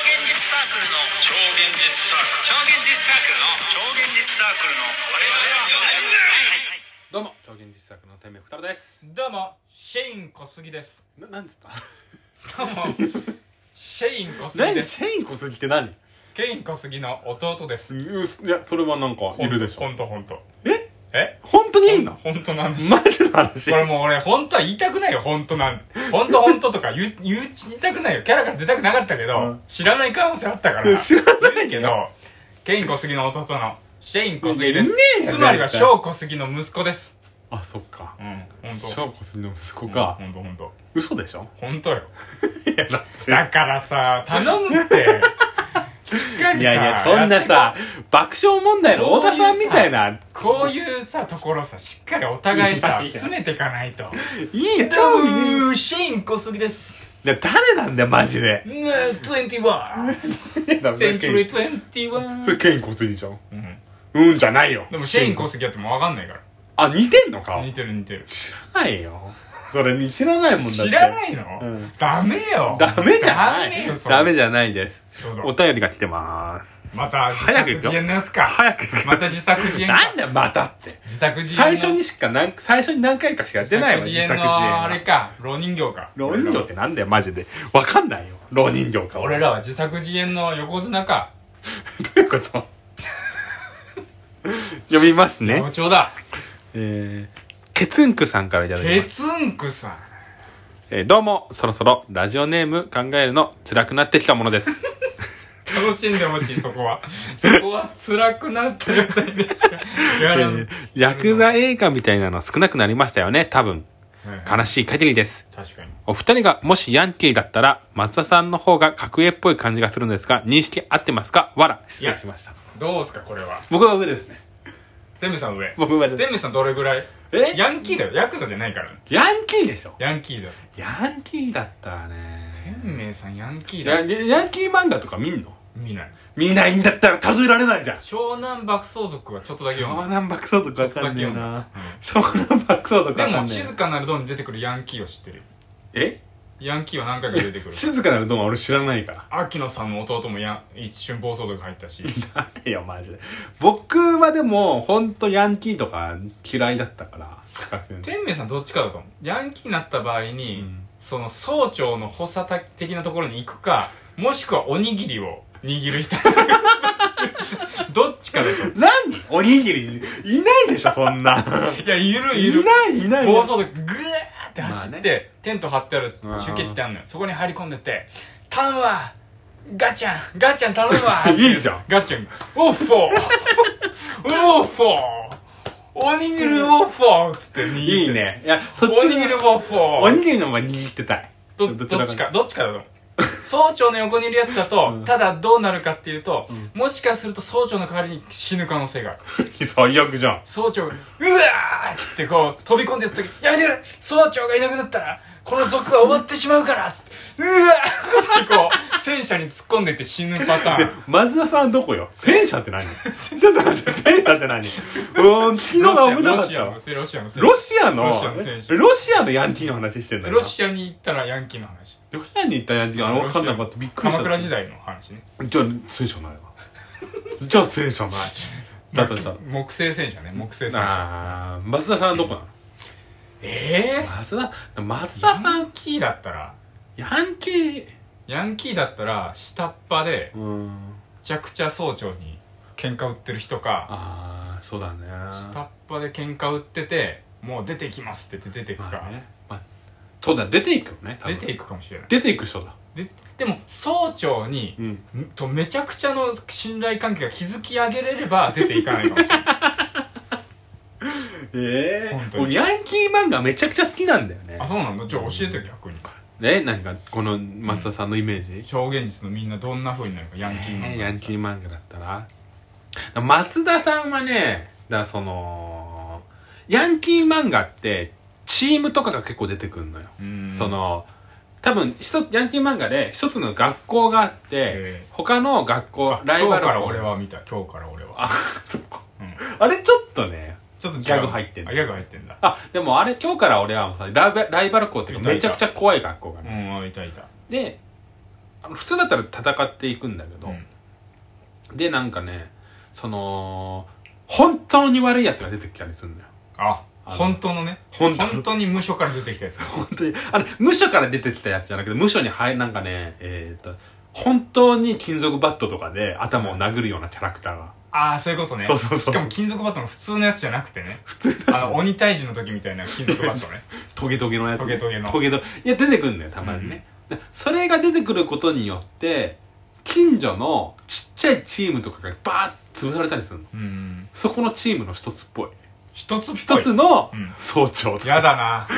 ークルの超現実サークル超現実サークルの超現実サークルの我々はどうも超人実作の天命ふたるですどうもシェイン小杉ですななんつったどうもシェイン小杉何ですシェイン小杉って何ケイン小杉の弟ですいやそれはなんかいるでしょほんとほんとええ本当にいんのほんとの話こマジの話れもう俺ほんとは言いたくないよほんとなんほんとほんととか言う言う言いたくないよキャラから出たくなかったけど、うん知らない可能性あったからいや知らないけどケイン小杉の弟のシェイン小杉でいすやいねえよつまりは絶対ショウ小杉の息子ですあそっかうんほんシとョー小杉の息子かほんとほんと嘘でしょほんとよ いやだってだからさ頼むって しっかりさいやいやそんなさ爆笑問題の太田さんみたいなこういうさ、ところさ、しっかりお互いいやさい、や詰めていかないと。いいねど多うも分いいー、シェイン小杉です。いや誰なんだよマジでね21。セ ンチュリー21。ケイン小杉じゃんうん。うんじゃないよでも、シェイン小杉やってもわかんないか。あ似てんのから似てる似てる。知らないよそれ知らないもんだっ知てらないのうんダメよ。ダメじゃなダメよ、いそれダメじゃないですどうおぞ。便りが来てますまた、自早作く行くよ自演のやつか。早くまた自作自演か。 なんだよまたって自作自演の。最初にしかなん最初に何回かしかやってないわ自自作作自演自演の、あれはか、老人形か。老人形ってなんだよマジでわかんないよ老人形か俺らは自作自演の横綱か。どういうこと 読みますね包丁だ。えー、ケツンクさんからいただきまケツすンクさん。えーどうもそろそろラジオネーム考えるの辛くなってきたものです楽しんでほしいそこはそこは辛くなったみたいでやら えーヤクザ映画みたいなの少なくなりましたよね多分はい悲しい限りです確かにお二人がもしヤンキーだったら、松田さんの方が格上っぽい感じがするんですが、認識合ってますかわら。失礼しました。どうすかこれは僕は上ですね。デムさん上僕は上デムさんどれぐらいえヤンキーだよヤクザじゃないからヤンキーでしょヤンキーだよヤンキーだったらね。天明さんヤンキーだヤよヤンキー漫画とか見んの見ない見ないんだったら例えられないじゃん。湘南爆走族はちょっとだけ湘読む南爆走とかわかんねえな。う湘南爆走とんかでわかんもねえ。静かなるドンに出てくるヤンキーを知ってるえヤンキーは何回か出てくる静かなるドンは俺知らないから。秋野さんの弟もや一瞬暴走族入ったしいや、マジで。僕はでも、ほんとヤンキーとか嫌いだったから。天明さんどっちかだと思うヤンキーになった場合に、うんその総長の補佐的なところに行くかもしくはおにぎりを握 る人どっちかだと思何おにぎりいないでしょそんなういやいるいいるないいない暴走族グワーって走って、まあテント張ってあるうん中継してあるのよそこに入り込んでって「頼むわガチャンガチャン頼むわ」 いいじゃんガチャンオッ フォーオッフォーおにぎりオッフォーっつって握っていいねいやそっおちにぎりオッのフォーおにぎりの方が握ってたいどどっちかどっちかだと思う総長の横にいるやつだと、うんただどうなるかっていうと、もしかすると総長の代わりに死ぬ可能性がある 最悪じゃん総長が「うわー!」っつってこう飛び込んでった時「やめてくれ総長がいなくなったらこの族は終わってしまうから」っつって「うわー!」ってこう戦車に突っ込んでって死ぬパターン松田さんはどこよ戦車って何ちょっと待って戦車って何うーん昨日ロシアは危なかロっシアのたせロシアのせロシアのロシアの戦車ロシアのヤンキーの話してんだよなロシアに行ったらヤンキーの話ロシアに行ったヤンキーあの分かんなかったびっくりした鎌倉時代の話ねじゃあ戦車ないわじゃあ戦 車ないだとしたら木製戦車ね木製戦車あー松田さんはどこなのええ増田増ー、田ヤさンんキーだったらヤンキーヤンキーだったら下っ端でめうんちゃくちゃ総長に喧嘩売ってる人かああそうだね下っ端で喧嘩売っててもう出てきますって言って出てくまかあ、ね、まあ、そうだ出ていくよね出ていくくかもしれない出ていく人だででも総長に、んんとめちゃくちゃの信頼関係が築き上げれれば出ていかないかもしれ ないえ本当に俺ヤンキー漫画めちゃくちゃ好きなんだよねあそうなんだじゃあ教えてよ逆にえ何かこの増田さんのイメージ、超現実のみんなどんな風になるかヤンキーの、えーヤンキー漫画だったら松田さんはねだからそのヤンキー漫画ってチームとかが結構出てくるのようんその多分一つヤンキー漫画で一つの学校があって、え他の学校あライ今バ日ルから俺は見た今日から俺は あそっかうんあれちょっとねちょっと違うギャグ入ってんだあギャグ入ってんだあでもあれ今日から俺はもうさライバライバル校っていうか見ためちゃくちゃ怖い学校がうね、んいたいたであの普通だったら戦っていくんだけど、うんでなんかねその本当に悪いやつが出てきたりする んだよああの本当のね本当本当に無所から出てきたやつ本当にあの無所から出てきたやつじゃなくて無所に入なんかねえー、と本当に金属バットとかで頭を殴るようなキャラクターがああそういうことねそうそうそうしかも金属バットの普通のやつじゃなくてね普通あの鬼退治の時みたいな金属バッ トねトゲトゲのやつトゲトゲのトゲトゲいや出てくるんだよたまにね、でそれが出てくることによって近所のちっちゃいチームとかがバーッ潰されたりするのうんそこのチームの一つっぽい一つっぽ一いつのうん総長とかやだな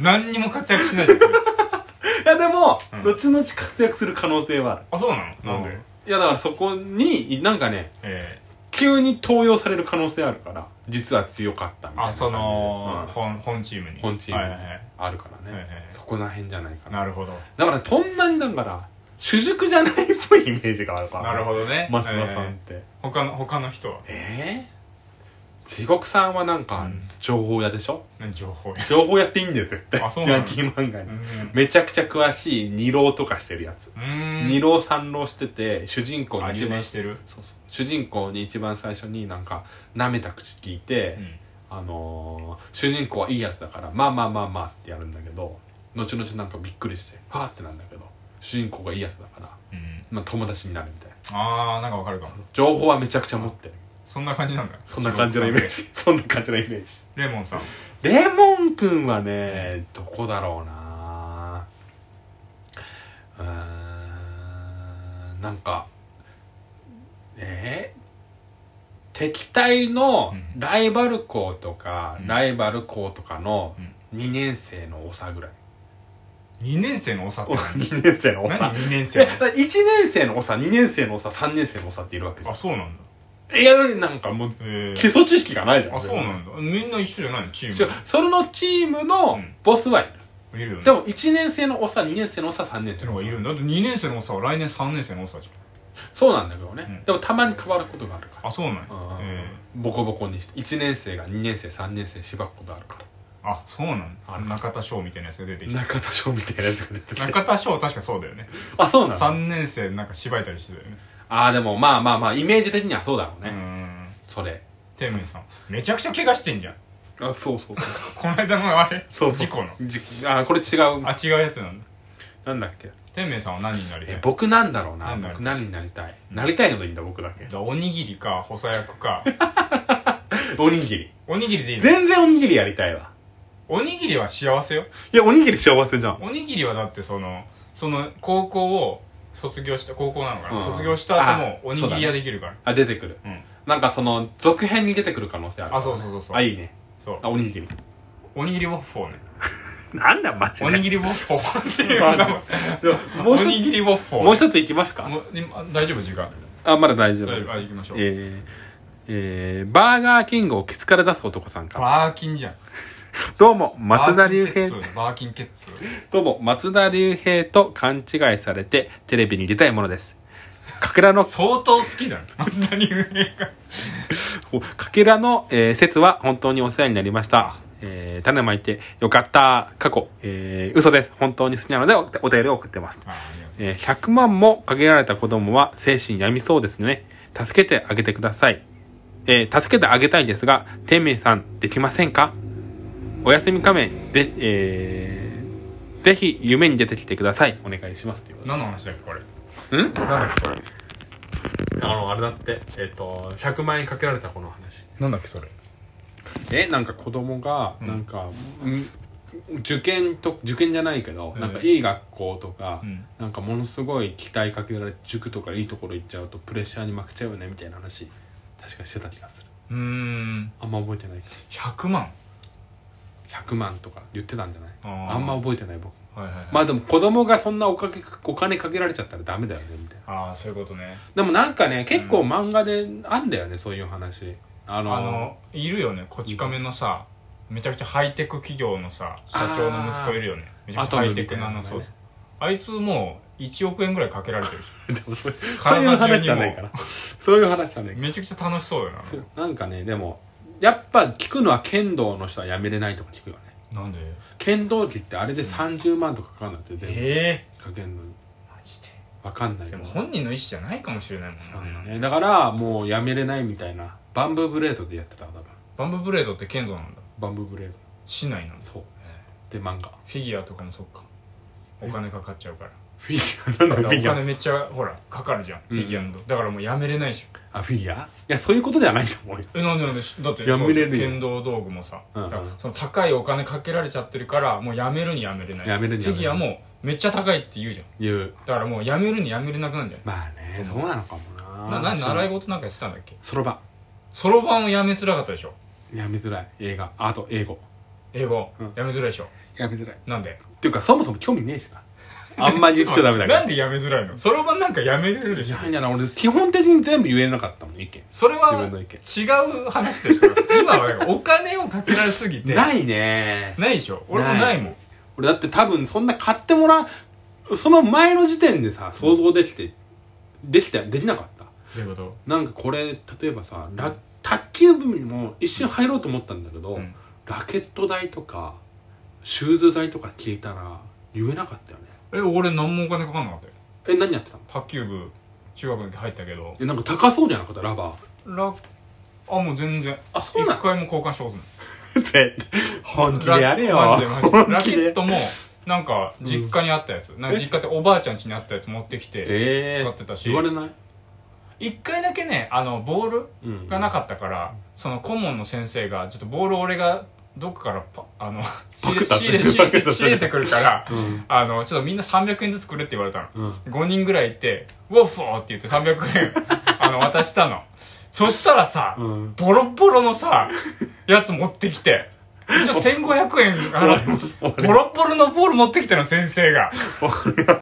何にも活躍しないじゃんそいついやでも、うん後々活躍する可能性はあるあそうなのなんでいやだからそこになんかねえ急に登用される可能性あるから実は強かったみーたいなあそのうん本本チームに本チームはいはいはいあるからね、はいはいはいそこら辺じゃないかななるほどだからそんなにだから主軸じゃないっぽいイメージがあるから、なるほどね松田さんっえて、ー他の他の人はえー、地獄さんはなんうかん情報屋でしょ、何情報や情報屋っていいんだよ絶対あそうなのヤンキー漫画うに、んめちゃくちゃ詳しい二郎とかしてるやつ、うーん二郎三郎してて主人公あに一留番年してるそうそう主人公に一番最初になんか舐めた口聞いて、あのー主人公はいいやつだからまあまあまあまあってやるんだけど後々なんかびっくりしてはーってなんだけど主人公がいいやつだから、うんうんまあ、友達になるみたいなああなんかわかるかも情報はめちゃくちゃ持ってるそんな感じなんだそんな感じのイ メージそんな感じのイメージレモンさんレモンくんはねどこだろうなうーんなんかえー敵対のうんライバル校とか、うんライバル校とかのうん2年生の長ぐらい、 2年生のおさ ってお2年生の何何長2年生えの1年生の長2年生の長3年生の長っているわけじあそうなんだゃんいやなんかもうえ基ー礎知識がないじゃんあそうなんだみんな一緒じゃないのチ違ーうそのチームのうんボスはいる、ムいるよねでっも1年生の長2年生の長3年て生ののが長いるんだだって2年生のおさは来年3年生のおさじそうなんだけどね、うんでもたまに変わることがあるゃんかあそうなんやら、うんえボコボコにして1年生が2年生3年生しばくことあるかーあそうなんあだ中田翔みたいなやつが出てらきた中田翔みたいなやつが出てきて中田翔は確かそうだよねあそうなの3年生なんか芝居たりしてたよねああでもまあまあまあイメージ的にはそうだろううね、んそれ天明さんめちゃくちゃ怪我してんじゃんあそうそうそうこの間のあれ そう事故のじあーこれ違うあ違うやつなんだなんだっけ天明さんは何になりたいえ僕なんだろうななんだろう僕何になりたいなりたいのでいいんだ僕だけだおにぎりか細役かおにぎりおにぎりでいいの全然おにぎりやりたいわおにぎりは幸せよいやおにぎり幸せじゃんおにぎりはだってそのその高校を卒業した高校なのかな、うん卒業した後もあおにぎり屋できるからあ出てくるう,、なんかその続編に出てくる可能性あるんあそうそうそうそうあいいねそうあおにぎりおにぎりウォッフォーねなんだマジおにぎりウォッフォーっていう名前 もうお一つにぎりウォッフォーもう一ついきますかもう今大丈夫時間あまだ大丈大夫丈夫あ行きましょうえーえーバーガーキングをケツから出す男さんからバーキンじゃんどうも松田龍平バーキンケッツバーキンケッツどうも松田龍平と勘違いされてテレビに出たいものですかけら の相当好き だね松田龍平がかけらの、えー説は本当にお世話になりました。えー種まいてよかった。過去、えー嘘です。本当に好きなのでおお便りを送ってます。あありがとうえー100万もかけられた子供は精神病みそうですね。助けてあげてください。えー助けてあげたいですが、天明さんできませんかおやすみ仮面で、えーぜひ夢に出てきてください。お願いします。ということで何の話だっけこれん何だっけこれあの、あれだって、えっ、と、100万円かけられた子の話。なんだっけそれえなんか子供がうんなんか、うん受験と受験じゃないけど、うんなんかいい学校とか、うんなんかものすごい期待かけられて塾とかいいところ行っちゃうとプレッシャーに負けちゃうよねみたいな話確かしてた気がするうーんあんま覚えてないけ100万ど100万とか言ってたんじゃないああーんま覚えてない僕はいはいはいまあでも子供がそんなおかけお金かけられちゃったらダメだよねみたいなああそういうことねでもなんかね結構漫画であんだよね、そういう話あのあのいるよねこち亀のさめちゃくちゃハイテク企業のさ社長の息子いるよねめちゃくちゃハイテクなのアトそうムみたいなのねそうあいつもう1億円ぐらいかけられてるしでも それ そうい体中にもう話じゃないからそういう話じゃないからめちゃくちゃ楽しそうだよなあそうなんかねでもやっぱ聞くのは剣道の人はやめれないとか聞くよねれなんで剣道着ってあれで30万とかかかるんだって全部ええかけんのにマジでわかんないでも本人の意思じゃないかもしれないもんそうだよねねだからもうやめれないみたいなバンブーブレードでやってた多分バンブーブレードって剣道なんだバンブーブレード市内なんだそうで漫画フィギュアとかもそっかお金かかっちゃうからフィギュアなんだかだフらィおギュ金めっちゃほらかかるじゃんフうんィギュアのだからもうやめれないでしょアあフィギュアいやそういうことではないと思うよえなんでなんでしだってやめれるよそう剣道道具もさ、うんうんだからその高いお金かけられちゃってるからもうやめるにやめれないやめるにやめれないフィギュアもめっちゃ高いって言うじゃんいうだからもうやめるにやめれなくなるんじゃまあねそうなのかもななな何習い事なんかやってたんだっけそろばそろばんをやめづらかったでしょやめづらい映画あと英語英語、うんやめづらいでしょやめづらいっなんでていうかそもそも興味ねえしなあんまり言っちゃダメだからなんでやめづらいのそろばんなんかやめれるでしょなんやな俺基本的に全部言えなかったもん意見それは自分の意違う話でしょ今はなんかお金をかけられすぎていないねないでしょ俺もないもん俺だって多分そんな買ってもらうその前の時点でさ想像できて、できたできなかったどういうことなんかこれ例えばさラ卓球部にも一瞬入ろうと思ったんだけど、うんラケット代とかシューズ代とか聞いたら言えなかったよねえ俺何もお金かかんなかったよえ何やってたの卓球部中学の時入ったけどえなんか高そうじゃなかったラバーラあもう全然あそう一なの回も交換したことないって本ラマジで マジでラケットトもなんか実家にあったやつ、なんか実家っておばあちゃん家にあったやつ持ってきてえ使ーっ、てたし言われない、一回だけねあのボールうんがなかったから、その顧問の先生がちょっとボールを俺がどっかからパあの仕入れパ仕ク入ったれ仕パク入ったれ仕入れてくるからうんあのちょっとみんな300円ずつくれって言われたのうん、 5人ぐらいいて「ウォッフォー」って言って300円 あの渡したのそしたらさ、うんボロボロのさやつ持ってきて一応1500円払ってボロボロのボール持ってきたの先生が